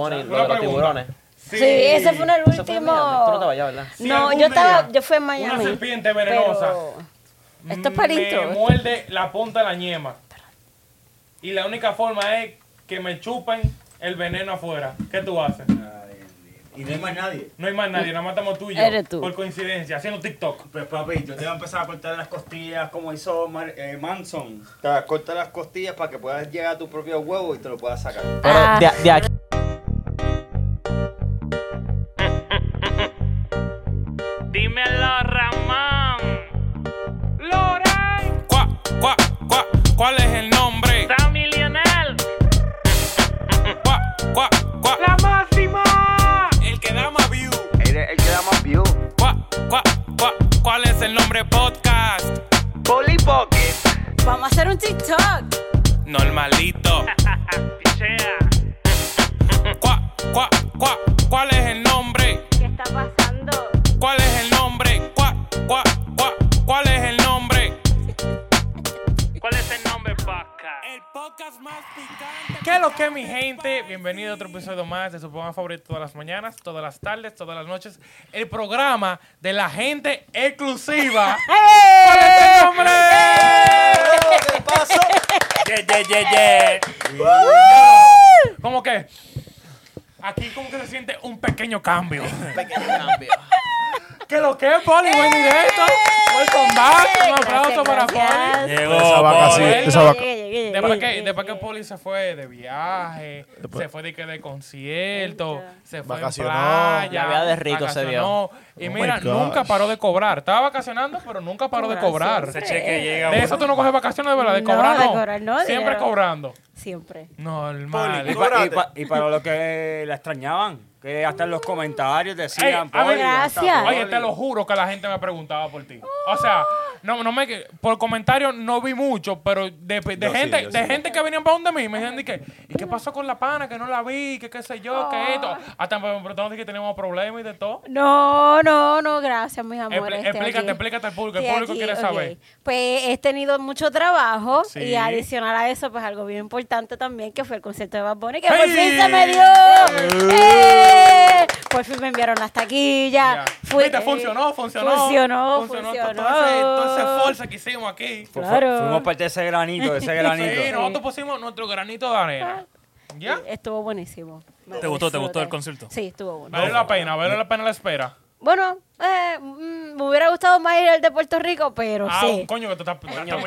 Money, lo de los tiburones. Sí, ese fue el Eso fue en Miami. Tú no último. estabas allá, ¿verdad? No, yo estaba- yo fui a Una Miami, serpiente venenosa. pero- Esto es para me intro. muerde la punta de la ñema. Y la única forma es que me chupen el veneno afuera. ¿Qué tú haces? Y no hay más nadie. No hay más nadie, nada más estamos tú y yo. Eres tú. Por coincidencia, haciendo TikTok. Pues papi, yo te voy a empezar a cortar las costillas como hizo Mar- eh, Manson. Te vas a cortar las costillas para que puedas llegar a tu propio huevo y te lo puedas sacar. Pero Ah. de, de aquí. Dímelo, Ramón. Loren. ¿Cuá, cuá, cuá, ¿Cuál es el nombre? Sammy Lionel. ¿Cuá, cuá, cuá, La máxima. El que da más view. Eres el que da más view. ¿Cuá, cuá, cuá, ¿Cuál es el nombre podcast? Polly Pocket. Vamos a hacer un TikTok. Normalito. Pichea. ¿Cuá, cuá, cuá, ¿Cuál es el nombre? ¿Qué está pasando? ¿Cuál es el nombre? ¿Cuá, cuá, cuá, ¿Cuál es el nombre? ¿Cuál es el nombre, Paca? El podcast más picante. ¿Qué es lo que mi gente? Bienvenido a otro episodio más de su programa favorito todas las mañanas, todas las tardes, todas las noches. El programa de la gente exclusiva. ¿Cuál es el nombre? ¿Qué pasó? Ye, ye, ye, ye. Como que aquí como que se siente un pequeño cambio. ¿Qué es lo que es, Poli? Buen ¡Eh! directo. Welcome back. Ah, Un aplauso para Poli. Llegó. Poli. esa vaca. Después que, después que Poli se fue de viaje, se fue de, que de concierto, se fue de Vacacionó. Oh playa. La vida de rico se vacacionó. Y mira, my gosh. nunca paró de cobrar. Estaba vacacionando, pero nunca paró de cobrar. Ese cheque llega. De eso tú no coges vacaciones, de verdad, de No, cobrar de no. cobrar no, Siempre dinero. cobrando. Siempre. Normal. Y, pa- y pa- y para los que la extrañaban, que hasta en los comentarios decían, Ey, a ver, "Poli, ¿dónde está gracias. Poli?" Oye, te lo juro que la gente me preguntaba por ti. O sea, no, no me por comentarios no vi mucho, pero de, de Yo sí, gente, yo de sí. gente que venían para donde mí, me decían de que, ¿y qué pasó con la pana? Que no la vi, que qué sé yo, que esto. Ah. Hasta me preguntaron de que teníamos problemas y de todo. No, no, no, gracias, mis amores. Expli- estoy explícate, este, aquí. explícate al público, el Estoy público quiere ok. saber. Pues he tenido mucho trabajo Sí. y adicional a eso, pues algo bien importante también, que fue el concierto de Bad Bunny, que ¡Hey! por fin se me dio. ¡Eh! Por fin me enviaron las Ya. taquillas. Fui- Viste, funcionó, funcionó. Ah, eh, Funcionó, Todo ese, funcionó. todo ese esfuerzo que hicimos aquí. Fu- fu- Claro. Fuimos parte de ese granito, de ese granito. Sí, nosotros pusimos nuestro granito de arena. Ah. ¿Ya? Estuvo buenísimo. ¿Te gustó, te gustó el concierto? Sí, estuvo bueno. Vale la pena, vale la pena la espera. Bueno, eh, mm, me hubiera gustado más ir al de Puerto Rico, pero Ah, un sí. coño que tú estás, estás muy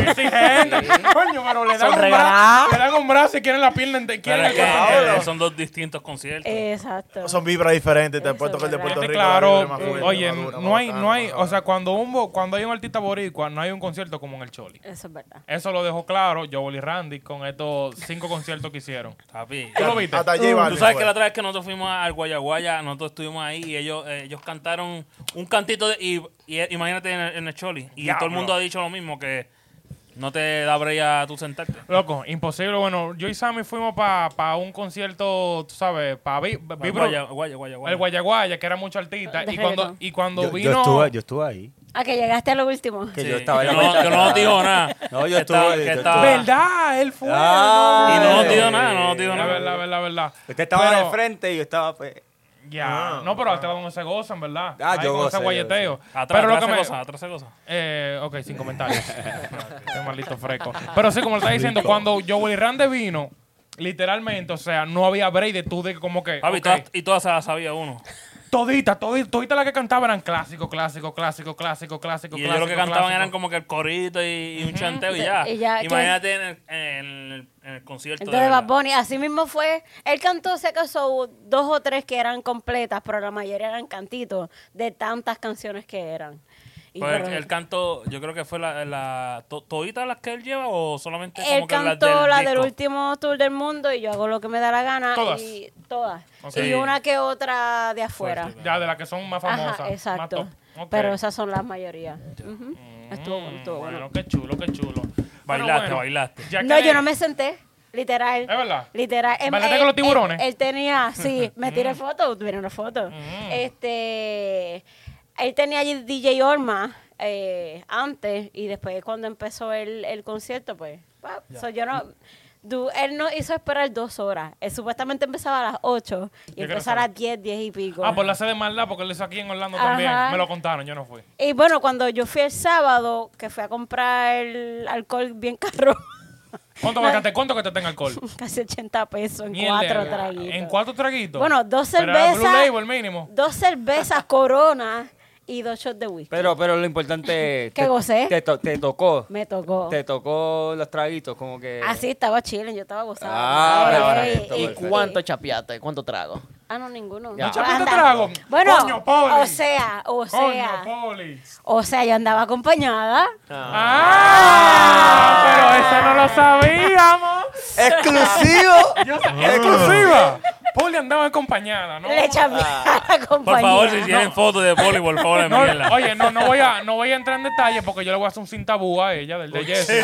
exigente. coño, pero le dan, un brazo, le dan un brazo y quieren la pierna entera. Quieren Pero es el que, brazo. eh, son dos distintos Eh, conciertos. Exacto. Son vibras diferentes. Te Eso apuesto que el de es Puerto Este, Rico. claro, es más fuerte, oye, más dura, no más hay, bacana, no hay, más o sea, bacana. cuando un bo- cuando hay un artista boricua, no hay un concierto como en el Choli. Eso es verdad. Eso lo dejó claro Joel y Randy con estos cinco conciertos que hicieron. Papi. ¿Tú lo viste? Hasta J Balvin Tú sabes fue. pues. que la otra vez que nosotros fuimos al Guayaguaya, nosotros estuvimos ahí y ellos, eh, ellos cantaron un cantito de, y, y- eh, imagínate en el, en el Choli. Y todo el mundo ha dicho lo mismo, que no te da brea tú sentarte. Loco, imposible. Bueno, yo y Sammy fuimos para un concierto, tú sabes, para Guaya, guaya, guaya, guaya. el Guayaguaya, que era mucho artista. De Y cuando, reggaetón. y cuando Yo, yo vino... estuve, yo estuve ahí. Ah, que llegaste a lo último. Que Sí, yo estaba en la no, mitad. que no nos dijo nada. No, yo Que estuve, estaba- yo que estuve. estaba- ¿Verdad? Él fue. Ah. Y no nos Ay. dijo nada, no nos dijo La verdad, la nada. verdad, la verdad. Usted estaba Pero- de frente y yo estaba pues, Ya. no, pero hasta donde se gozan, ¿verdad? Ah, yo con ese gocé, yo guayeteo. Atrás, pero lo atrás que se me. goza, atrás se goza. Eh, ok, sin comentarios. Qué maldito fresco. Pero sí, como le estaba diciendo, cuando Joey Rande vino, literalmente, o sea, no había break de tú de como que. Papi, ok, todas- y todas se las sabía uno. todita, todita, todita la que cantaba eran clásico, clásico, clásico, clásico, clásico. Y ellos lo que clásico, cantaban clásico. eran como que el corito y, y un chanteo y ya. Y ya, ¿qué? Imagínate en el, en el- en el concierto. Entonces, verdad. Bad Bunny, así mismo fue. Él cantó, se casó dos o tres que eran completas, pero la mayoría eran cantitos de tantas canciones que eran. Y Pues el, pero- el canto, yo creo que fue la, la to- todita las que él lleva o solamente como él que las cantó del la del disco? último tour del mundo y yo hago lo que me da la gana. Todas. Y todas. Ok. Y una que otra de afuera. Ya, de las que son más famosas. Ajá, más exacto. top. Ok. Mm, Pero esas son las mayorías. Ujú. Mm, Estuvo bueno, estuvo bueno. Bueno, qué chulo, qué chulo. Pero Bailaste, bueno, bailaste. ya No, que- yo no me senté. Literal. ¿Es verdad? Literal. Em, ¿Bailaste él- con los tiburones? Mm. Él, él tenía, sí, me tiré fotos, tuvieron una foto. Este, él tenía allí DJ Orma eh, antes y después cuando empezó el, el concierto, pues, pa, so yo no, Du- él nos hizo esperar dos horas. Él supuestamente empezaba a las 8 y Yo empezó quiero saber. a las 10, 10 y pico. Ah, por la sede de maldad, porque lo hizo aquí en Orlando Ajá. también. Me lo contaron, yo no fui. Y bueno, cuando yo fui el sábado, que fui a comprar alcohol bien caro, ¿Cuánto, No. que ¿Cuánto que te tenga alcohol? casi 80 pesos en Mierda, cuatro traguitos. ¿En cuatro traguitos? Bueno, dos Pero era Blue cervezas. Label mínimo. Dos cervezas corona y dos shots de whisky. Pero, pero lo importante es. Que gocé. Te, to- te tocó. Me tocó. Te tocó los traguitos, como que. Así estaba chile, yo estaba gozando. Ah, ahora, ahora, Ey, perfecto, ey, perfecto. ey. ¿Y cuánto chapeaste? ¿Cuánto trago? Ah, no, ninguno. Ya. No, Mucho puto anda. trago. Bueno, Coño, Poli. o sea, o sea, Coño, Poli. o sea, yo andaba acompañada. ¡Ah! Pero eso no lo sabíamos. ¡Exclusivo! Yo sa- ¡Exclusiva! Poli andaba acompañada, ¿no? Le chambeé Ah. a la Por compañía. favor, si tienen fotos de Poli, por favor, No, envíenla. oye, no, no voy a, no voy a entrar en detalles porque yo le voy a hacer un sin tabú a ella del de Jesse.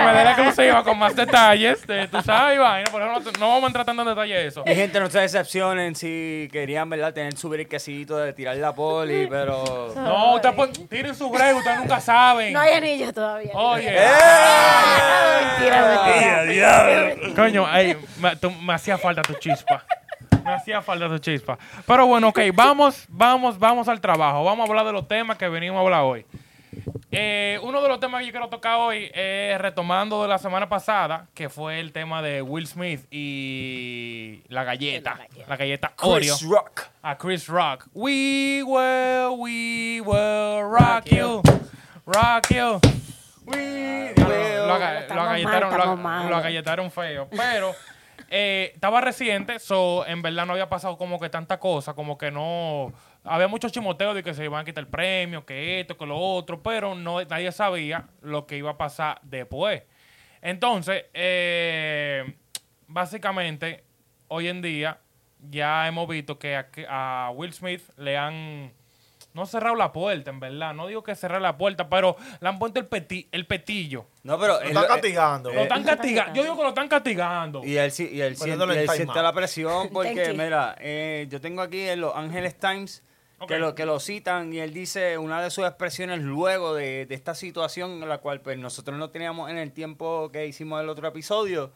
Para que me dé la exclusiva con más detalles, de, tú sabes, vaina. Por eso no, no vamos a entrar tanto en detalle de eso. Mi gente, no se decepcionen si querían, ¿verdad? Tener su briquecito de tirar la Mm. poli, pero... No, ustedes pon- tiren su break, ustedes nunca saben. No hay anillo todavía. Oye. Eh. Eh. Mentira, mentira. Ay, diablo. Coño, ay, me, tú- me hacía falta tu chispa. Me hacía falta tu chispa. Pero bueno, ok, vamos, vamos, vamos al trabajo. Vamos a hablar de los temas que venimos a hablar hoy. Eh, uno de los temas que yo quiero tocar hoy es retomando de la semana pasada, que fue el tema de Will Smith y la galleta. La galleta Oreo. Rock. A Chris Rock. We will, we will rock you. Rock you. We No, no, will. lo, aga- lo Estamos mal, agalletaron, lo- estamos mal. lo agalletaron feo. Pero eh, estaba reciente, so en verdad no había pasado como que tanta cosa, como que no. Había muchos chimoteos de que se iban a quitar el premio, que esto, que lo otro, pero no, nadie sabía lo que iba a pasar después. Entonces, eh, básicamente, hoy en día ya hemos visto que a, a Will Smith le han no cerrado la puerta, en verdad. No digo que cerrar la puerta, pero le han puesto el, peti- el petillo. No, pero... Lo él- están castigando. Lo están castigando. Yo digo que lo están castigando. Y él, sí- y él, sí- Poniéndolo en y él time siente out. la presión porque, Thank you. mira, eh, yo tengo aquí en Los Ángeles Times Ok. que, lo, que lo citan y él dice una de sus expresiones luego de, de esta situación, en la cual pues, nosotros no teníamos en el tiempo que hicimos el otro episodio.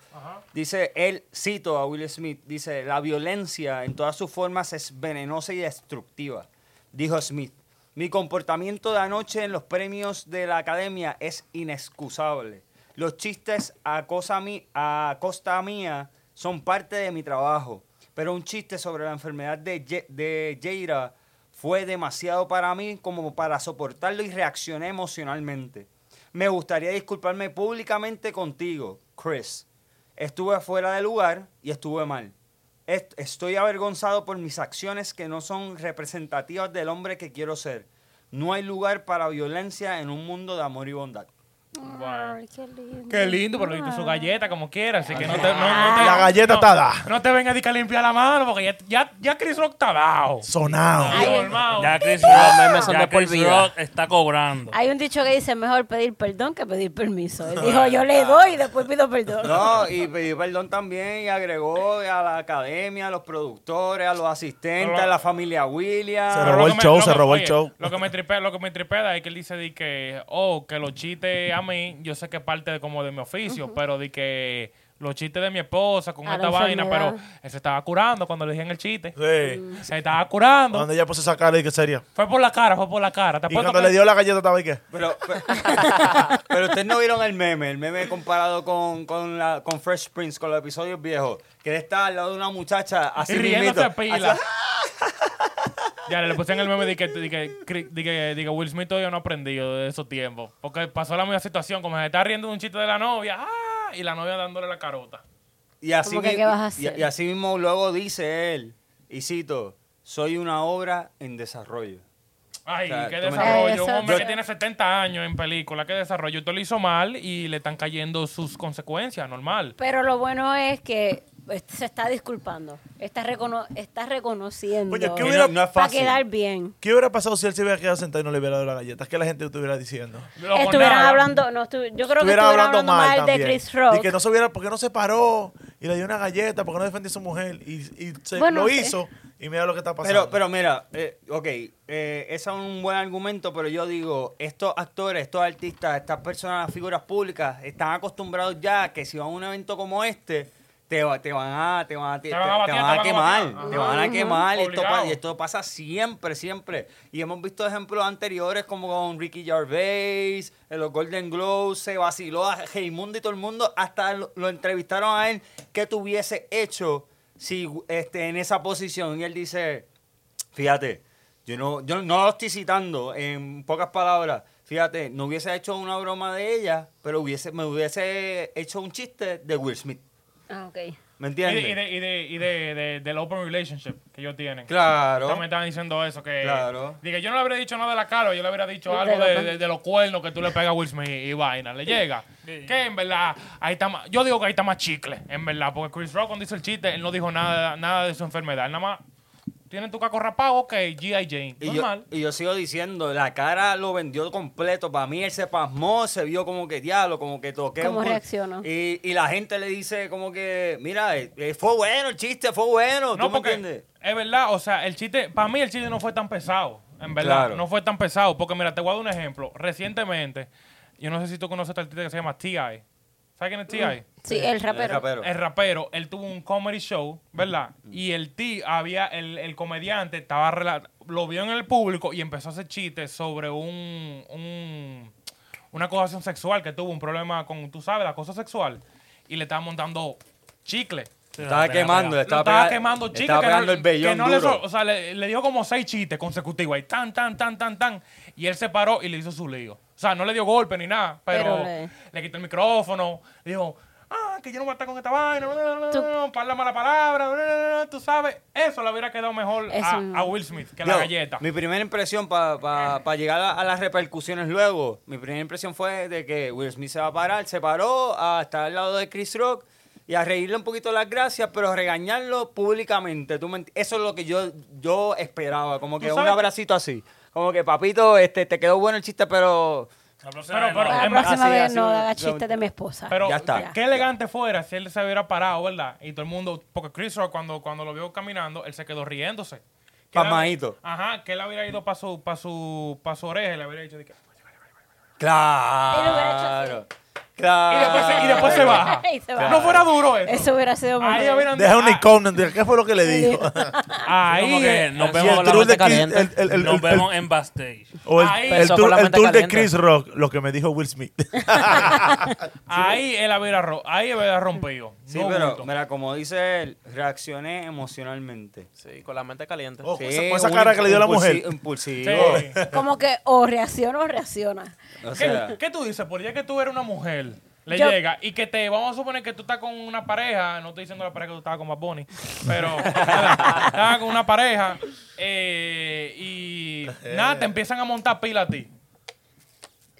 Dice, él, cito a Will Smith, dice, la violencia en todas sus formas es venenosa y destructiva, dijo Smith. Mi comportamiento de anoche en los premios de la academia es inexcusable. Los chistes a, cosa mi- a costa mía son parte de mi trabajo, pero un chiste sobre la enfermedad de, Ye- de Jaira fue demasiado para mí como para soportarlo y reaccioné emocionalmente. Me gustaría disculparme públicamente contigo, Chris. Estuve fuera de lugar y estuve mal. Est- Estoy avergonzado por mis acciones que no son representativas del hombre que quiero ser. No hay lugar para violencia en un mundo de amor y bondad. Ay, qué lindo. Qué lindo, pero le diste su galleta como quiera. Así que no te, no, no te- La Ah. no- galleta está da. No te vengas a decir que limpiar la mano porque ya, ya, ya Chris Rock está dado. Sonado. Dios, hermano. Ya Chris Los memes Rock, son ya de por Chris vida. Rock está cobrando. Hay un dicho que dice mejor pedir perdón que pedir permiso. Ah. Él dijo, yo le doy y después pido perdón. No, y pidió perdón también y agregó a la academia, a los productores, a los asistentes, a la familia Se Williams. robó Lo el que me- show, lo se que- robó el oye, show. Lo que me tripea, lo que me tripea es que él dice de que, oh, que los chistes a mí, yo sé que es parte de, como de mi oficio, pero de que los chistes de mi esposa con A la esta vaina, enfermedad. pero él se estaba curando cuando le dijeron el chiste. Sí. Mm. Se estaba curando. Cuando ella puso esa cara y que sería. Fue por la cara, fue por la cara. Te Y apuesto cuando que- le dio la galleta estaba ahí que. Pero, pero, pero ustedes no vieron el meme, el meme comparado con, con, la, con Fresh Prince, con los episodios viejos, que él está al lado de una muchacha así y riéndose mismito. pila. Ya le puse en el meme de que, de que- de que- de que Will Smith todavía no ha aprendido de esos tiempos. Porque pasó la misma situación, como se está riendo de un chiste de la novia, ¡ah! y la novia dándole la carota. Y así, Como que, mi- ¿qué vas a y- hacer? y así mismo luego dice él, y cito, soy una obra en desarrollo. Ay, Claro, qué tú me desarrollo. entiendes. un hombre Yo- que tiene 70 años en película, qué desarrollo. Usted lo hizo mal y le están cayendo sus consecuencias, normal. Pero lo bueno es que eh, se está disculpando. Está, recono- está reconociendo. Oye, ¿qué Que hubiera- no, no es Para fácil. quedar bien. ¿Qué hubiera pasado si él se hubiera quedado sentado y no le hubiera dado la galleta? ¿Qué la gente estuviera diciendo? Luego estuvieran nada. hablando, no, estu- yo creo que Estuviera estuvieran hablando, mal, de también. Chris Rock. Y que no se hubiera, porque no se paró. y le dio una galleta porque no defendió a su mujer y, y se- Bueno, lo sí. hizo y mira lo que está pasando. Pero, pero mira, eh, ok, eh, ese es un buen argumento, pero yo digo, estos actores, estos artistas, estas personas, las figuras públicas, están acostumbrados ya a que si van a un evento como este, te, va- te van a te van a, te, van a batear, te van a te van a quemar, batear. te van a quemar, y esto, pa- Obligado. y esto pasa siempre, siempre. Y hemos visto ejemplos anteriores como con Ricky Gervais, en los Golden Globes, se vaciló a Raimundo y todo el mundo, hasta lo, lo entrevistaron a él, ¿qué tuviese hecho si este, en esa posición? Y él dice, Fíjate, yo no, yo no lo estoy citando en pocas palabras. Fíjate, no hubiese hecho una broma de ella, pero hubiese, me hubiese hecho un chiste de Will Smith. Ah, ok. ¿Me Y, entiendes? de, y, de, y, de, y de- de- del open relationship que ellos tienen. Claro. También estaban diciendo eso, que... Claro. Dije, yo no le habría dicho nada de la cara, yo le habría dicho De algo lo- de, de- de los cuernos que tú le pegas a Will Smith y vaina. Le llega. Que en verdad, ahí está más- Yo digo que ahí está más chicle, en verdad. Porque Chris Rock cuando hizo el chiste, él no dijo nada, nada de su enfermedad. Él Nada más, tienen tu caco rapado, ok, G.I. Jane. Y yo, Normal. y yo sigo diciendo, la cara lo vendió completo. Para mí él se pasmó, se vio como que diablo, como que toqué. ¿Cómo un pul- reaccionó? Y, y la gente le dice como que, mira, eh, eh, fue bueno el chiste, fue bueno. ¿Tú No, me porque entiendes? es verdad, o sea, el chiste, para mí el chiste no fue tan pesado, en verdad, Claro. no fue tan pesado, porque mira, te voy a dar un ejemplo, recientemente, yo no sé si tú conoces a este artista que se llama T.I., ¿sabes quién es T.I.? Sí, el El rapero. rapero. El rapero, él tuvo un comedy show, ¿verdad? Y el T, había, el, el comediante estaba, rela- lo vio en el público y empezó a hacer chistes sobre un, un- una acusación sexual que tuvo un problema con, tú sabes, la cosa sexual, y le estaba montando chicle. Estaba quemando, Lo estaba, Estaba, pega- quemando chicas. Estaba que no- pegando el vellón que no le duro. sol- O sea, le, le dio como seis chistes consecutivos ahí. Tan, tan, tan, tan, tan. Y él se paró y le hizo su lío. O sea, no le dio golpe ni nada, pero, Pero le- le... quitó el micrófono. Le dijo, ah, que yo no voy a estar con esta vaina. bla, bla, bla, Tú- bla, Para la mala palabra. bla, bla, bla, Tú sabes, eso le hubiera quedado mejor Eso a, mismo. a Will Smith que Yo, la galleta. Mi primera impresión para llegar a, a las repercusiones luego, mi primera impresión fue de que Will Smith se va a parar, se paró a estar al lado de Chris Rock y a reírle un poquito las gracias, pero a regañarlo públicamente. ¿tú me ent- Eso es lo que yo, yo esperaba, como que un sabes- abracito así. Como que, papito, este, te quedó bueno el chiste, pero... Pero, pero, Para la en verdad- próxima así, vez así, no un- haga chistes de mi esposa. Pero Ya está. qué- qué elegante fuera si él se hubiera parado, ¿verdad? Y todo el mundo, porque Chris Rock cuando, cuando lo vio caminando, él se quedó riéndose. Que él- Pasmadito. Ajá, que él hubiera ido para su, pa' su, pa' su oreja y le hubiera dicho... de que- Y lo hubiera Claro. hecho Claro. Y después se, y después se baja. Y se baja. No fuera duro eso. Eso hubiera sido Ahí mejor. hubieran- Deja un ah, icono, ¿qué fue lo que le dijo? Como Ahí que eh, nos Y vemos, el la- tour mente de Chris- caliente. el- el- el- nos el- vemos en backstage. o el- Ahí. el Empezó con tour, la el mente tour de caliente. Chris Rock, lo que me dijo Will Smith. ahí él hubiera ro- ahí él hubiera rompido. Sí, No pero, bulto. mira, como dice él, reaccioné emocionalmente. Sí, con la mente caliente. Oh, con Sí, esa- con esa un cara que le dio la mujer. impulsi- Sí. Impulsivo. Como que o reacciona o reacciona. O sea, ¿Qué, qué tú dices? Por ya que tú eres una mujer, le Yo- llega y que te, vamos a suponer que tú estás con una pareja, no estoy diciendo la pareja que tú estabas con Bad Bunny, pero estabas con una pareja eh, y nada, te empiezan a montar pila a ti.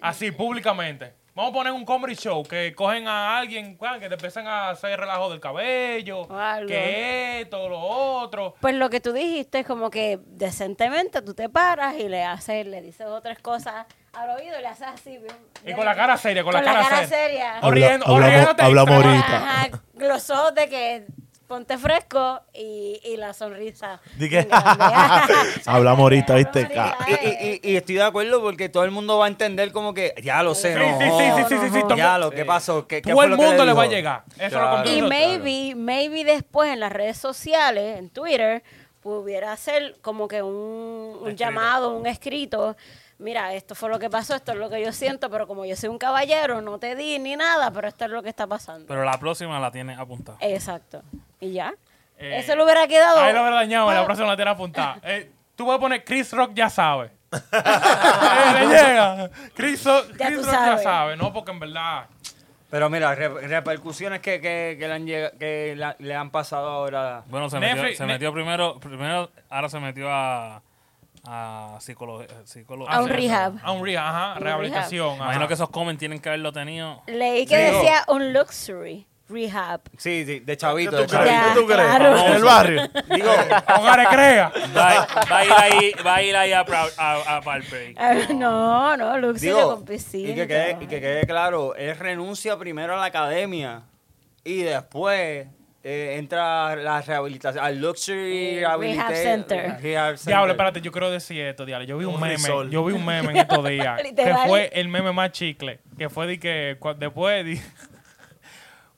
Así, públicamente. Vamos a poner un comedy show que cogen a alguien ¿cuál? que te empiezan a hacer relajo del cabello, O algo. que esto, lo otro. Pues lo que tú dijiste es como que decentemente tú te paras y le haces, le dices otras cosas al oído y le haces así. bien- Y con la cara seria, con, Con la cara seria. O riendo- o Habla- hablamos- riéndote y hablamos tra- ahorita. Ajá, los ojos de que ponte fresco y, y la sonrisa. Di que- Hablamos Hablamos ahorita, ¿viste? ahorita, Ca- Y, eh. y- y- y estoy de acuerdo porque todo el mundo va a entender como que ya lo sé. Sí, sí, sí, sí, sí, sí, sí, todo- Ya lo que pasó. ¿qué- qué Todo fue el lo que mundo le dijo? va a llegar. Eso es lo Claro. complicado. Y Claro. maybe, maybe después en las redes sociales, en Twitter, pudiera hacer como que un, un llamado, un escrito. Mira, esto fue lo que pasó, esto es lo que yo siento, pero como yo soy un caballero, no te di ni nada, pero esto es lo que está pasando. Pero la próxima la tiene apuntada. Exacto. Y ya. Eh, Eso lo hubiera quedado. Ahí lo habrá dañado en la Pa- próxima tela apuntada. Eh, tú vas a poner Chris Rock ya sabe. Eh, le llega. Chris, So- Ya Chris tú Rock sabes. ya sabe, ¿no? Porque en verdad. Pero mira, re- repercusiones que, que- que le, han llega- que la- le han pasado ahora. Bueno, se Netflix- metió, se Ne- metió primero, primero, ahora se metió a, a psicolo- eh, psicólogo. A un sí, sí. rehab. A un rehab, ajá, Un rehabilitación. Imagino ajá. que esos comments tienen que haberlo tenido. Leí que Digo- decía un luxury rehab. Sí, sí, de chavito. ¿Tú de crees? chavito. Ya, ¿Tú crees? claro. En el barrio. Digo, Hogares crea. Va, va a ir ahí, va a ir ahí a, pra- a, a Park Break. Ah, No, no, luxury digo con piscina. y, que quede, todo. y que quede claro, él renuncia primero a la academia y después eh, entra a la rehabilitación, al Luxury Eh, Rehab Rehabilita- Center. Rehab Center. Diablo, espérate, yo quiero decir esto, diablo. Yo vi un, Un meme, risol. yo vi un meme en estos días, que Literal. fue el meme más chicle, que fue de que cua- después de-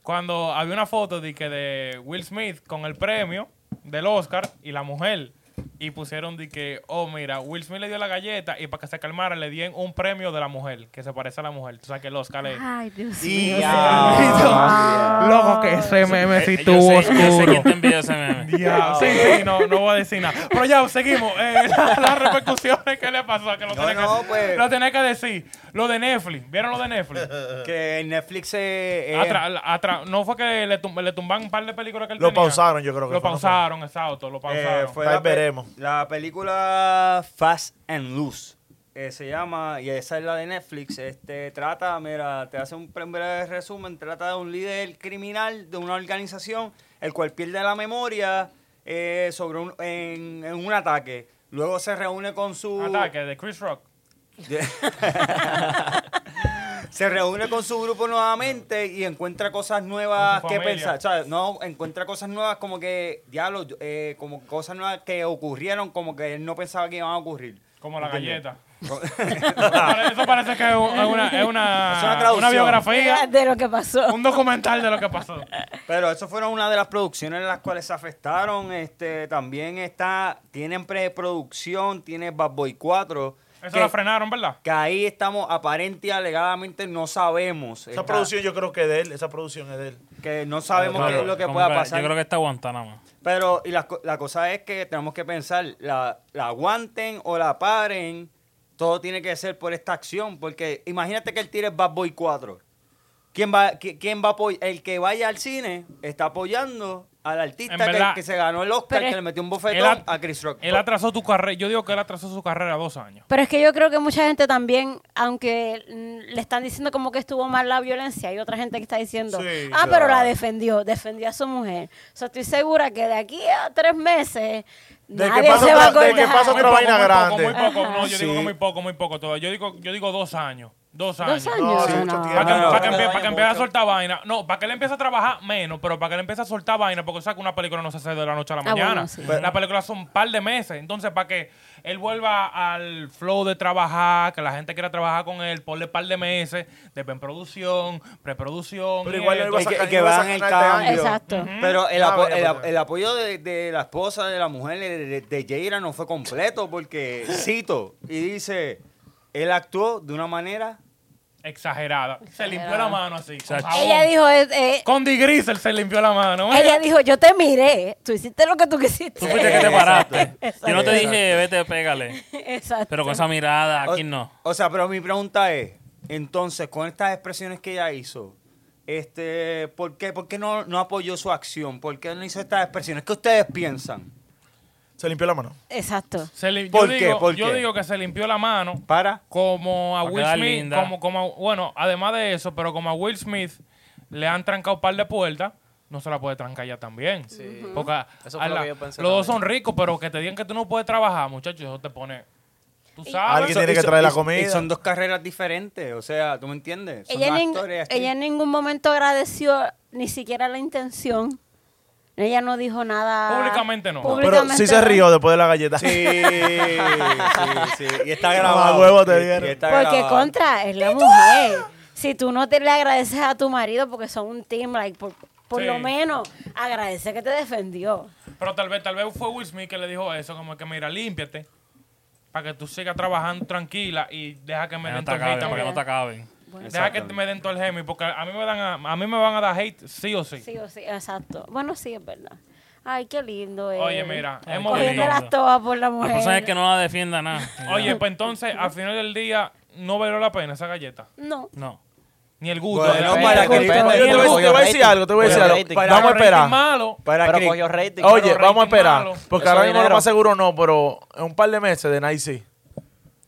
cuando había una foto de que de Will Smith con el premio del Oscar y la mujer y pusieron de que, oh mira, Will Smith le dio la galleta y para que se calmara le dieron un premio de la mujer, que se parece a la mujer. Tú sabes que el Oscar es... Ay, Dios mío. Diablo. Loco, que ese meme sí Eh, yo tuvo sé- Yo sé oscuro. quién te envió ese meme. Ya, sí, sí, no, no voy a decir nada. Pero ya, seguimos. Eh, la- las repercusiones que le pasó, que lo No, tenés, no, que, pues. Eh. lo tenés que decir. Lo de Netflix, ¿vieron lo de Netflix? pues, Que en Netflix eh, eh, Atra- atra- no fue que le, tum- le tumbaron un par de películas que él Lo tenía. pausaron, yo creo que Lo fue, no fue. pausaron, exacto, lo eh, pausaron. fue Ahí la, pe- veremos. la película Fast and Loose. eh, se llama, y esa es la de Netflix. Este trata, mira, te hace un pre- breve resumen. Trata de un líder criminal de una organización, el cual pierde la memoria eh, sobre un, en, en un ataque. Luego se reúne con su Ataque de Chris Rock. se reúne con su grupo nuevamente y encuentra cosas nuevas Con su que familia. pensar. O sea, no, encuentra cosas nuevas como que, diablo, yo- eh, como cosas nuevas que ocurrieron como que él no pensaba que iban a ocurrir. Como la ¿Entiendes? galleta. Eso parece que es un- es una, es una, Es una una traducción. biografía, De lo que pasó. un documental de lo que pasó. Pero eso fueron una de las producciones en las cuales se afectaron. Este, también está, tienen preproducción, tiene Bad Boy 4. Eso que, la frenaron, ¿verdad? que ahí estamos aparente y alegadamente no sabemos. Esa Está- producción yo creo que es de él, esa producción es de él. que no sabemos Claro, qué es lo que como pueda pasar. Yo creo que está Guantánamo. Pero y la, co- la cosa es que tenemos que pensar, la, la aguanten o la paren, todo tiene que ser por esta acción, porque imagínate que él tire Bad Boy 4. ¿Quién va, qui- quién va a apoy- El que vaya al cine está apoyando al artista En que, verdad. que se ganó el Oscar, Pero que es- le metió un Él, bofetón at- a Chris Rock. él atrasó tu carrera. Yo digo que él atrasó su carrera dos años. Pero es que yo creo que mucha gente también, aunque mm, le están diciendo como que estuvo mal la violencia, hay otra gente que está diciendo, Sí, ah, claro. pero la defendió, defendió a su mujer. O sea, estoy segura que de aquí a tres meses ¿De qué nadie pasa se va a otra- de acordar. qué pasa otra vaina grande? Muy poco, no, yo digo Sí. que muy poco, muy poco todo. Yo digo, yo digo dos años. Dos años. Dos años. sí, No, mucho no. tiempo. Para que, Ah, No, pa' que no, empie- no, pa' que no, empiece a mucho. soltar vaina. No, para que él empiece a trabajar menos, pero para que él empiece a soltar vaina, porque saca una película no se hace de la noche a la Ah, bueno, mañana. sí. Las películas son un par de meses. Entonces, para que él vuelva al flow de trabajar, que la gente quiera trabajar con él, ponle un par de meses, después en producción, preproducción. Pero y igual él esto. va a Y que- sacar y que él va a van el sacar este cambio. año. Exacto. Pero el, Ah, apo- vaya, el pues, ap- el apoyo de, de la esposa, de la mujer, de, de, de Jaira no fue completo, porque cito, y dice, él actuó de una manera Exagerada. Se limpió la mano así. con Chacho. jabón. Ella dijo, eh, eh, Con Digrisel se limpió la mano. ella dijo, yo te miré, tú hiciste lo que tú Tú quisiste. fuiste que te paraste. Yo no te Exacto. dije, vete, pégale. Exacto. Pero con esa mirada, aquí no. O sea, pero mi pregunta es, entonces, con estas expresiones que ella hizo, este, ¿por qué, por qué no, no apoyó su acción? ¿Por qué no hizo estas expresiones? ¿Qué ustedes piensan? Se limpió la mano. Exacto. Se lim- ¿Por yo, qué? Digo, ¿Por yo qué? digo que se limpió la mano ¿Para? como a Para Will quedar Smith. linda. Como, como a- bueno, además de eso, pero como a Will Smith le han trancado un par de puertas, no se la puede trancar ya también. Porque a- Eso a fue lo la- que yo pensé los dos son también. ricos, pero que te digan que tú no puedes trabajar, muchachos, eso te pone... Tú sabes. Alguien tiene que traer la y- comida. Y son dos carreras diferentes, o sea, ¿tú me entiendes? Son ella, en, dos ning- actores, actrices. ella en ningún momento agradeció ni siquiera la intención. Ella no dijo nada. Públicamente no. Pero sí se no. rió después de la galleta. Sí, sí, sí. Y está Ah, grabado. huevo te Y- y dieron. está Porque grabado. contra, es la mujer. Si tú no te le agradeces a tu marido porque son un team, like, por, por Sí. lo menos agradece que te defendió. Pero tal vez, tal vez fue Will Smith que le dijo eso, como que mira, límpiate. Para que tú sigas trabajando tranquila y deja que me Que no den te tu hate acaben, también. que no te acaben. Deja que me den todo el gemi, porque a mí me, dan a, a mí me van a dar hate sí o sí. Sí o sí, exacto. Bueno, sí, es verdad. Ay, qué lindo es. Oye, mira, Ay, hemos qué visto- Cogiendo lindo. las todas por la La mujer. persona es que no la defienda nada. Oye, pues entonces, al final del día, no valió la pena esa galleta. No. No. Ni el gusto. Bueno, de la para galleta. que- Yo te voy, a decir- te voy a decir algo, te voy a decir Cogió algo. rating. Vamos a Rating esperar. malo. Para Pero Chris- cogió rating. Oye, rating vamos a esperar. malo. Porque Eso ahora es mismo lo dinero. más seguro no, pero en un par de meses de Night sí.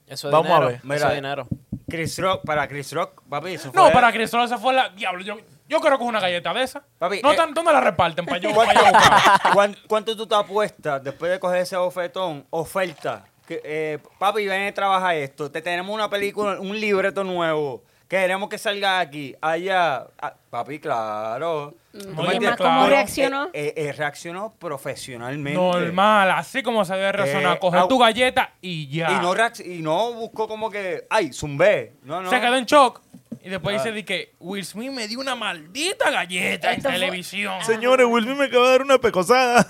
Eso es Vamos a dinero. ver. Eso Mira. es dinero. Chris Rock, para Chris Rock, papi, eso No, fue- para Cristóbal se fue la. Diablo, yo, yo quiero coger una galleta de esa. Papi, no, eh, tan, ¿Dónde la reparten? Para yo, pa' ¿Cuánto, yo buscar. cuán- cuánto tú te apuestas después de coger ese bofetón? Oferta. Que, eh, papi, ven a trabajar esto. Te tenemos una película, un libreto nuevo. Queremos que salga aquí, allá. Ah, papi, claro. ¿Tú me Oye, entiendes? ma, ¿cómo Claro. reaccionó? Eh, eh, eh, reaccionó profesionalmente. Normal, así como se debe razonar. Eh, Coger au- tu galleta y ya. Y no, reacc- y no buscó como que, ay, zumbé. No, no. Se quedó en shock. Y Ah. después dice de que Will Smith me dio una maldita galleta en Esto fue- televisión. Señores, Will Smith me acaba de dar una pecosada.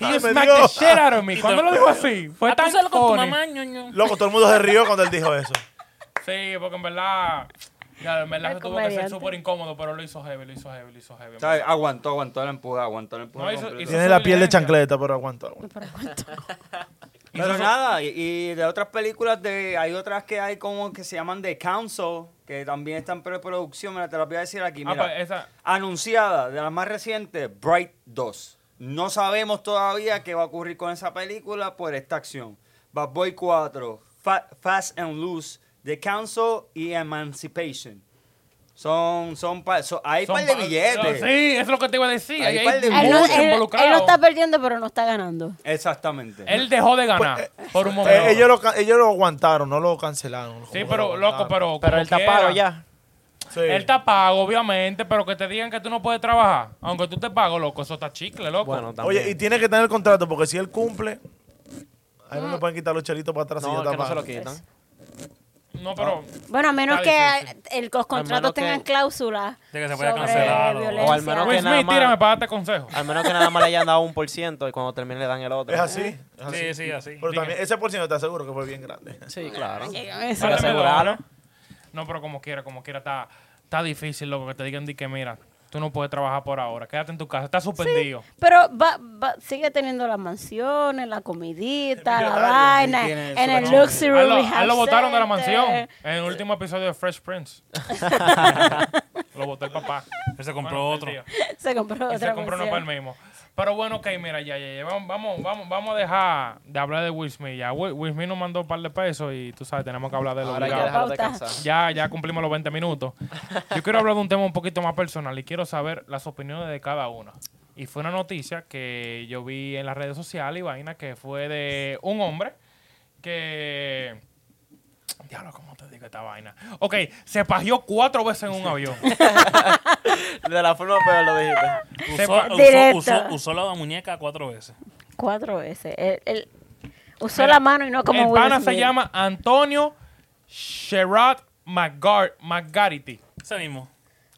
He Me smacked the dio. shit out of me. Y ¿Cuándo te- lo dijo así? Fue Ah, tú tan sales con tu funny. mamá, ñoño. Loco, todo el mundo se rió cuando él dijo eso. Sí, porque en verdad... Ya, en verdad El eso tuvo que ser comediante. súper incómodo, pero lo hizo heavy, lo hizo heavy, lo hizo heavy. en ¿Sabes? Aguantó, aguantó la empujada, aguantó la empujada. No, hizo- completa. hizo- Tiene la piel de violencia. chancleta, pero aguanta. aguanta. Pero nada, y, y de otras películas, de hay otras que hay como que se llaman The Council, que también están en preproducción. Mira, te las voy a decir aquí. Ah, Mira, pues, esa- Anunciada, de las más recientes, Bright 2. No sabemos todavía qué va a ocurrir con esa película por esta acción. Bad Boy 4, Fa- Fast and Loose, The Council y Emancipation. Son, son, pa- so- hay Son par de pa- billetes. Sí, eso es lo que te iba a decir. Hay Ahí par Hay, de Él no, mucho él- involucrado. él no está perdiendo, pero no está ganando. Exactamente. Él dejó de ganar por un momento. Eh, ellos, lo, ca- ellos lo aguantaron, no lo cancelaron. sí, pero Como que loco, lo aguantaron. pero. Pero como el tapado quiera. ya. Sí. Él está pago, obviamente, pero que te digan que tú no puedes trabajar. Aunque tú te pago, loco, eso está chicle, loco. Bueno, también. Oye, y tiene que tener el contrato, porque si él cumple, ahí Mm. no le pueden quitar los chelitos para atrás. si ya no, es está que no se lo pagando. quitan. no, pero. Bueno, a menos Está que el- los menos contratos que- tengan cláusulas De que se pueda sobre cancelar o- violencia. o al menos Will que nada Smith, más- Ah, tírame para darte consejo. Al menos que nada más le hayan dado un por ciento y cuando termine le dan el otro. Es así. es así. Sí, sí, así. Pero también, ese por ciento te aseguro que fue bien grande. Sí, claro. Llegan esas- Para Dame la asegurarlo. hora. No, pero como quiera, como quiera, está, está difícil, loco, que te digan di que mira, tú no puedes trabajar por ahora. Quédate en tu casa, está suspendido. Pero va, va- sigue teniendo las mansiones, la comidita, la vaina, tiene en el supermercado. luxury A él lo, a rehab él lo botaron de la center. mansión en el último episodio de Fresh Prince. lo botó el papá. Él se compró Bueno, otro. perdido. Se compró Y otra se compró uno para el mansión. mismo. Pero bueno, ok, mira, ya, ya, ya. Vamos, vamos, vamos, vamos a dejar de hablar de Will Smith. Ya, Will, Will Smith nos mandó un par de pesos y tú sabes, tenemos que hablar de lo Ahora hay que obligado. dejarlo Pauta. descansar. Ya, ya cumplimos los 20 minutos. Yo quiero hablar de un tema un poquito más personal y quiero saber las opiniones de cada uno. Y fue una noticia que yo vi en las redes sociales y vaina que fue de un hombre que. Diablo, ¿cómo te digo esta vaina? Ok, se pajeó cuatro veces en un avión. De la forma peor lo dijiste. Se Usó, pa- usó- Directo. usó- usó la muñeca cuatro veces. Cuatro veces. Él, él usó Mira, la mano y no como el Will pana se Smith. llama Antonio Sherrod McGar McGarity. Ese mismo.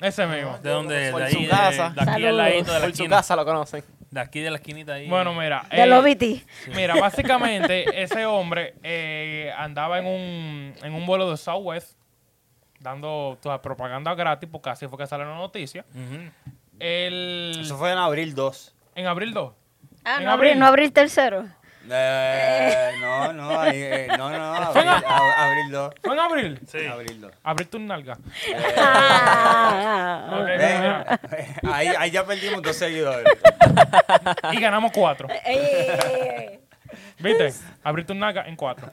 Ese Ah, mismo. De donde, Por de su ahí, de, casa. de aquí al Saludos. ladito de la Por su esquina. casa lo conocen. De aquí de la esquinita ahí. Bueno, mira. De eh, los BT. Mira, básicamente ese hombre eh, andaba en un, en un vuelo de Southwest dando toda propaganda gratis porque así fue que salió la noticia. Ujú. El, Eso fue en abril 2. en abril 2. Ah, ¿En no abril? abrí, no abrí el tercero. Eh, no, no, ahí, eh, no, no, abril, a- abril 2. ¿Fue en abril? Sí. Abril 2. Abril tu nalga. Ah, Ok, ah, mira, ahí, ahí ya perdimos dos seguidores. y ganamos cuatro. ah. Ey, ey, ey, ¿Viste? Abrir tu naga en cuatro.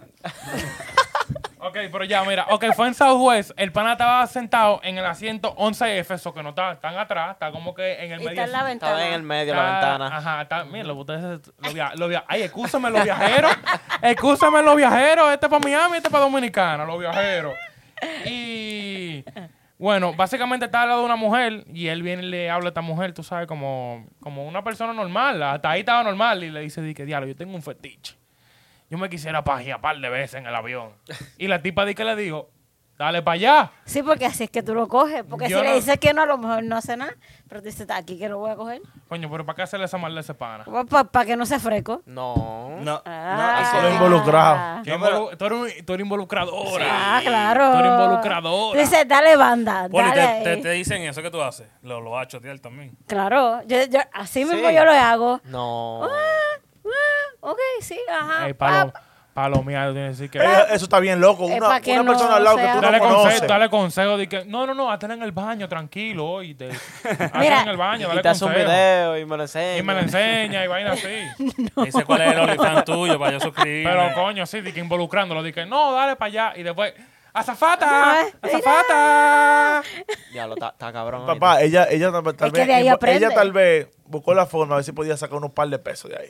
ok, pero ya, mira. Ok, fue en Southwest. El pana estaba sentado en el asiento 11F, eso que no está tan atrás, está como que en el ey. Y medio. está en la Estaba en el ventana. medio de Ah. Está- la ventana. Ajá, está, mira, los botones, los via- los via- ay, excúsame los viajeros, excúsame los viajeros, este es para Miami, este es para Dominicana, los viajeros. Y bueno, básicamente está al lado de una mujer y él viene y le habla a esta mujer, tú sabes, como, como una persona normal, hasta ahí estaba normal y le dice, di que diablo, yo tengo un fetiche. Yo me quisiera pajear par de veces en el avión. Y la tipa di que le digo, dale para allá. Sí, porque así es que tú lo coges. Porque Yo si no- le dices que no, a lo mejor no hace nada. Pero te dices, "Está aquí que lo voy a coger. Coño, pero ¿para qué hacerle esa maldad a ese pana? Para que no se fresco. No. No, Ah. no, Solo involucrado. Que Ah. No, pero- involu- tú, eres, tú eres involucradora. Ah, claro. Tú eres involucradora. Dice, dale banda, Poli, dale. te, te- ahí". te dicen eso que tú haces. Lo, lo vas a chotear también. Claro, yo, yo- así mismo Sí. yo lo hago. No. Ah, ah, ok, sí, ajá. Ah, Ey, palo, pap. palomeado, tienes que decir que. Eh, Eso está bien loco. Es Una, pa' que una no persona al lado que sea- tú no Dale conoces. consejo, dale consejo de que no, no, no, hazte en el baño, tranquilo, hoy te hazte Mira. en el baño, Y dale te hace un consejo. video y me lo enseña. Y me lo enseña y vaina así. Dice cuál es el OnlyFans tuyo para yo suscribirme. Pero coño, sí, de que involucrándolo, de que no, dale para allá y después azafata, azafata. Diablo, está está cabrón. ahorita. Papá, ella, ella tal, tal Es que vez, de ahí ella aprende. tal vez buscó la forma a ver si podía sacar unos par de pesos de ahí.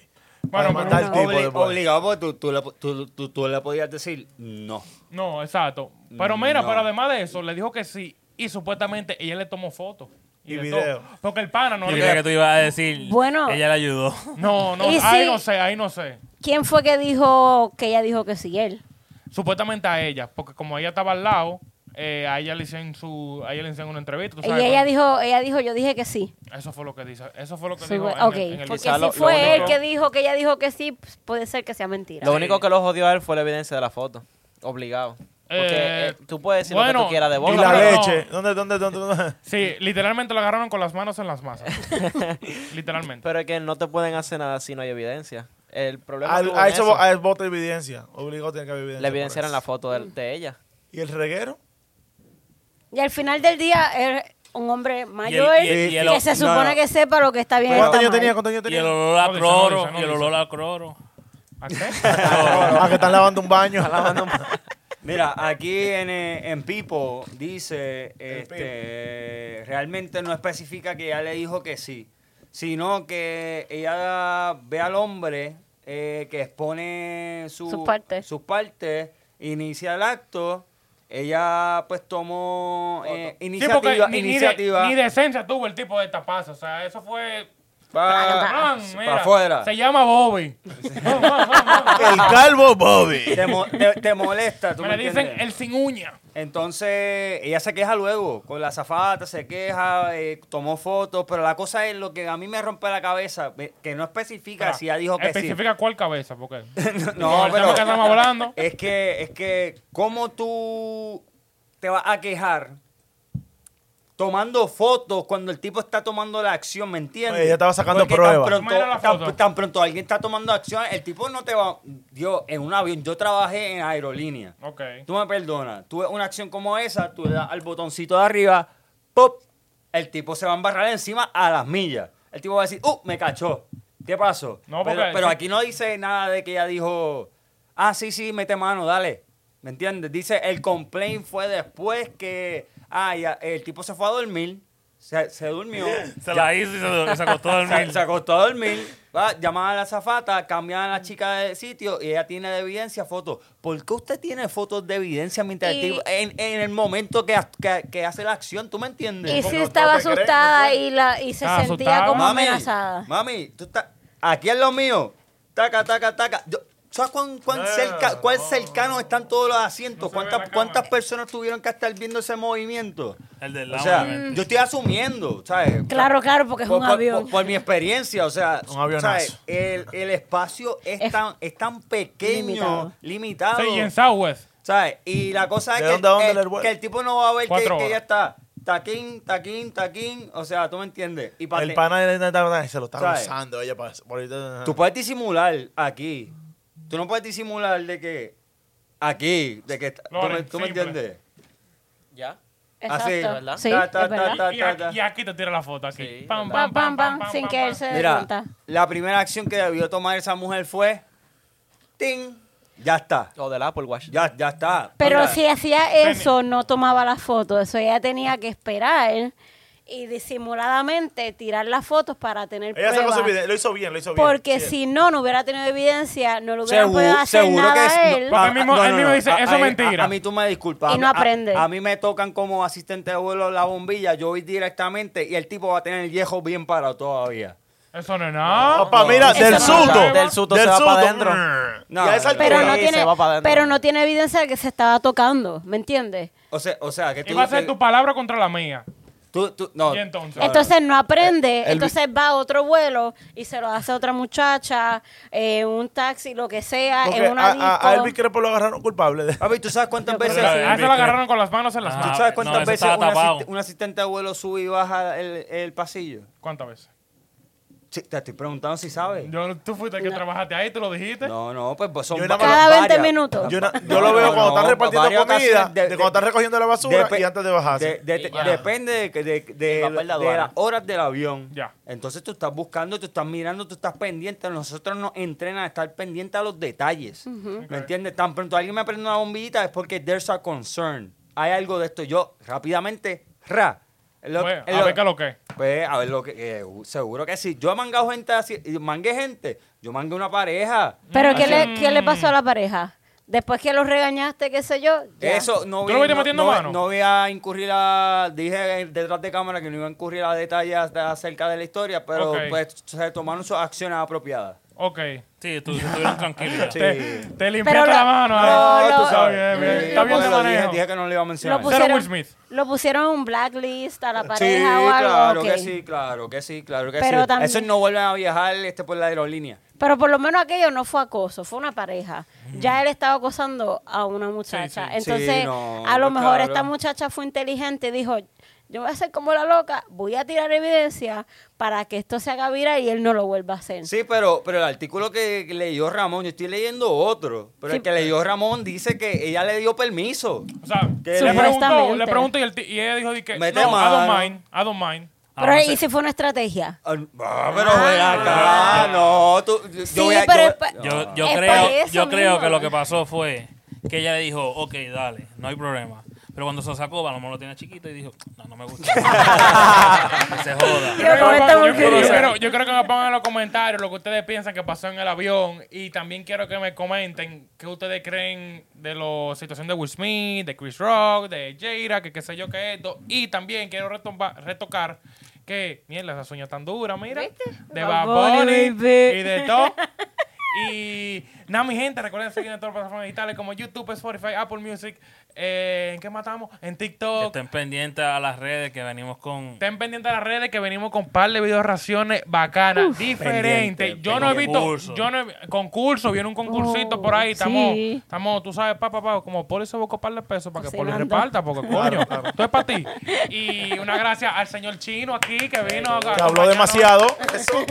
para Bueno, matar al pero- tipo Obli- después. obligado, porque tú, tú, le, tú- tú- tú le podías decir no. No, exacto. Pero mira, No. pero además de eso, le dijo que sí. Y supuestamente ella le tomó fotos. Y de video. todo. Porque el pana no Yo creía que tú ibas a decir. Bueno. Ella le ayudó. No, no, Y ahí si- no sé, ahí no sé. ¿Quién fue que dijo que ella dijo que sí? Él. Supuestamente a ella, porque como ella estaba al lado, eh, a ella le hicieron su, a ella le hicieron una entrevista. ¿tú Y sabes? ella dijo, ella dijo, yo dije que sí. Eso fue lo que dice. Eso fue lo que Sí, dijo. bueno, en el- ok, en el porque Quizá si lo- lo fue él único- que dijo que ella dijo que sí, pues, puede ser que sea mentira. Lo único que lo jodió a él fue la evidencia de la foto. Obligado. Porque Eh, eh, tú puedes decir lo que bueno, tú quieras de Y boca. la No, pero- no. leche. ¿Dónde, dónde, dónde, dónde? Sí, literalmente lo agarraron con las manos en las masas. literalmente. Pero es que no te pueden hacer nada si no hay evidencia. El problema Al- tuvo a en eso, eso. a voto de evidencia. Obligado tiene que haber evidencia. La evidencia por era en la eso. foto de, de ella. ¿Y el reguero? Y al final del día es un hombre mayor y el- y el- que se no, supone no. que sepa lo que está bien y ¿Cuántos está años mal. tenía? ¿Cuántos años Y el tenía? olor a No dice, no cloro. dice, no Y el dice. olor a cloro. ¿A qué? Ah, que están lavando un baño. Mira, aquí en, eh, en Pipo dice, este, realmente no especifica que ella le dijo que sí, sino que ella ve al hombre eh, que expone su- Sus partes. sus partes, inicia el acto, ella pues tomó eh, Sí, porque iniciativa, ni, ni de- iniciativa ni decencia tuvo el tipo de tapaza. O sea, eso fue. pa- ¡Ran! Ah, pa' Mira, afuera. Se llama Bobby. Vamos, vamos, vamos. El calvo Bobby. Te, mo- te- te molesta, tú Me me le dicen entiendes? el sin uña. Entonces, ella se queja luego, con la zafata, se queja, eh, tomó fotos, pero la cosa es lo que a mí me rompe la cabeza, eh, que no especifica si ella dijo que Ah, Especifica cuál cabeza, porque. sí. Con No, el tema que pero estamos hablando. es que, es que, ¿cómo tú te vas a quejar tomando fotos cuando el tipo está tomando la acción, ¿me entiendes? Oye, ella estaba sacando Porque pruebas. Tan Mira la pronto, tan- foto. tan pronto alguien está tomando acción, el tipo no te va... Yo, en un avión, yo trabajé en aerolínea. Ok. Tú me perdonas. Tú ves una acción como esa, tú le das al botoncito de arriba, ¡pop! El tipo se va a embarrar encima a las millas. El tipo va a decir, ¡uh! Me cachó. ¿Qué pasó? No, pero, porque- pero aquí no dice nada de que ella dijo, ah, sí, sí, mete mano, dale. ¿Me entiendes? Dice, el complaint fue después que, ah, ya, el tipo se fue a dormir, se, se durmió. Se la hizo y se, se acostó a Se, dormir. se acostó a dormir, va, llamaban a la zafata, cambiaban a la chica de sitio y ella tiene de evidencia fotos. ¿Por qué usted tiene fotos de evidencia mientras el Y- tipo- en, en el momento que, ha- que- que hace la acción? ¿Tú me entiendes? Y sí Porque no estaba te creen, asustada después. y, la, y se Estaba sentía asustada. como mami, amenazada. mami, tú estás. Aquí es lo mío. Taca, taca, taca. Yo- ¿Sabes cuán, cuán No, cerca, cuán cercanos están todos los asientos? No se ve la ¿Cuántas, cámara. ¿Cuántas personas tuvieron que estar viendo ese movimiento? El del O lado. sea, obviamente. yo estoy asumiendo, ¿sabes? Claro, claro, porque es por, un por- avión. por- por mi experiencia, o sea, Un avionazo. ¿sabes? El, el espacio es, Es tan, es tan pequeño, limitado. limitado. Sí, y en Southwest. ¿sabes? Y la cosa es ¿De que, dónde a dónde el, era el vuelo? que el tipo no va a ver que, Cuatro que ya horas. está taquín, taquín, taquín. O sea, tú me entiendes. Y para El pana de la- la- la- se lo está ¿Sabes? usando ella para. por ahorita- Tú puedes disimular aquí. Tú no puedes disimular de que aquí, de que está- tú me- Loren, tú me simple. entiendes. ¿Ya. así, Exacto. ¿verdad? Sí, Ta, ta, es verdad. ta, ta. Y, aquí, y aquí te tira la foto, aquí. Sí, pam, Pam, pam, pam, pam, sin pam, que pam. él se dé Mira, cuenta. la primera acción que debió tomar esa mujer fue. ¡Ting! Ya está. O del Apple Watch. Ya, ya está. Pero Mira, si hacía eso, no tomaba la foto. Eso ella tenía que esperar y disimuladamente tirar las fotos para tener Ella sacó su pruebas. video. Lo hizo bien, lo hizo bien. Porque Sí. si no, no hubiera tenido evidencia, no le hubieran Segu- podido hacer seguro nada que es- a él. no, Porque él mismo- él mismo dice, eso es a- mentira. A, mí tú me disculpas. Y a mí- no a- aprende. A, mí me tocan como asistente de vuelo la bombilla. Yo voy directamente y el tipo va a tener el viejo bien parado todavía. Eso no es nada. Papá, mira, Eso del no susto. pasa. Del susto se va pa' adentro. No, ya es alcohol. Pero no, Sí, tiene, se va para adentro. pero no tiene evidencia de que se estaba tocando, ¿me entiendes? O sea, o sea que tú, Y va a ser que- tu palabra contra la mía. tú- tú- no. Y entonces. Entonces no aprende, el- entonces va a otro vuelo y se lo hace a otra muchacha, eh, un taxi, lo que sea, Porque en a, una a, a disco. Elvis Crespo lo agarraron culpable. de- Papi, ¿tú sabes cuántas Yo creo veces, Pero sí. a eso lo agarraron con las manos en las Ah, tú manos. sabes no, cuántas ese veces estaba un, asist- tapado. un asistente de vuelo sube y baja el, el pasillo? ¿Cuántas veces? Sí, te estoy preguntando si sabes. Yo, tú fuiste el que trabajaste ahí, tú lo dijiste. No, no, pues pues son Yo nada más- Cada 20 minutos. Yo, na- yo No, lo veo no, cuando no, están repartiendo varias comida, ocasiones de, de- cuando están recogiendo la basura Depe- y antes de bajarse. de- de- ya. Depende de, que- de- de- El papel de de aduana. las horas del avión. Ya. Entonces tú estás buscando, tú estás mirando, tú estás pendiente. Nosotros nos entrenan a estar pendiente a los detalles. ¿Me entiendes? Tan pronto alguien me prende una bombillita es porque there's a concern. Hay algo de esto. Yo rápidamente, ra, Lo- Bueno, eh, a ver qué lo que es. Pues, a ver lo que. eh, seguro que sí. Yo he mangado gente así. y Mangué gente. Yo mangué una pareja. Pero ¿qué le, qué le pasó a la pareja? Después que los regañaste, qué sé yo. ya. Eso no ¿Tú voy- lo viste no- metiendo no- mano? No voy a incurrir a. Dije eh, detrás de cámara que no iba a incurrir a detalles de- acerca de la historia, pero Ok. pues se tomaron sus acciones apropiadas. Ok. Sí, tú, estuvieron tranquilos. Sí. Te, te limpiaste lo- la mano. no, ahí. lo- Está bien, bien. Sí, eh, Está bien porque de lo dije- manejo. Dije que no le iba a Lo mencionar. puse- pusieron, Will Smith. lo pusieron en blacklist a la Sí, pareja o algo. claro ok. que sí, claro que sí, claro que Pero sí. también- Esos no vuelven a viajar este por la aerolínea. Pero por lo menos aquello no fue acoso, fue una pareja. Ya él estaba acosando a una muchacha. Mm. sí. Entonces, Sí, no, a lo pues mejor claro. esta muchacha fue inteligente y dijo, yo voy a hacer como la loca, voy a tirar evidencia para que esto se haga viral y él no lo vuelva a hacer. Sí, pero, pero el artículo que leyó Ramón, yo estoy leyendo otro, pero el Sí. que leyó Ramón dice que ella le dio permiso. O sea, Que le preguntó, Supuestamente. le preguntó y, el ti- y ella dijo di que no, I Mete don't mano. mind, I don't mind. Pero ahí sí fue una estrategia. Ah, pero ven acá, no, tú, yo Sí, voy a... pero yo- es pa- Yo, yo Es para creo, eso yo creo mismo. que lo que pasó fue que ella le dijo, ok, dale, no hay problema. Pero cuando se lo sacó, a lo mejor lo tenía chiquito y dijo, no, no me gusta. que se Yo joda. creo que esta yo, creo- yo porquería- creo, yo creo que me pongan en los comentarios lo que ustedes piensan que pasó en el avión y también quiero que me comenten qué ustedes creen de la situación de Will Smith, de Chris Rock, de Jada, que qué sé yo qué es esto. Y también quiero retomba- retocar que, mierda, esa sueña tan dura, mira, de Bad Bad Bunny, Bunny baby. y de todo. Y nada, mi gente, recuerden seguir en todas las plataformas digitales como YouTube, Spotify, Apple Music. Eh, ¿En qué matamos? En Que TikTok. Estén pendientes a las redes que venimos con... Estén pendientes de las redes que venimos con par de videos raciones bacanas, diferentes. pendiente, Yo no he visto, Concurso. yo no he, vi- concurso, viene un concursito Oh, por ahí, estamos, sí. estamos, tú sabes, papá, como Poli se busca un par de pesos para que Poli Cocinando. reparta, porque coño, esto es para ti. Y una gracia al señor chino aquí que vino a Que habló demasiado. Eso.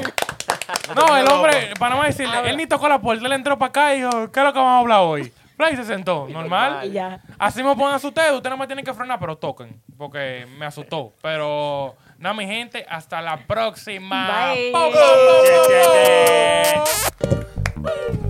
No, el hombre, para no decirle, él ni tocó la puerta, él entró para acá y dijo, ¿qué es lo que vamos a hablar hoy? Play se sentó, normal. Y ya. Así me pongan ustedes, ustedes no me tienen que frenar, pero toquen, porque me asustó. Pero nada, mi gente, hasta la próxima. Bye. Po, po, po, po, po. Che, che, che.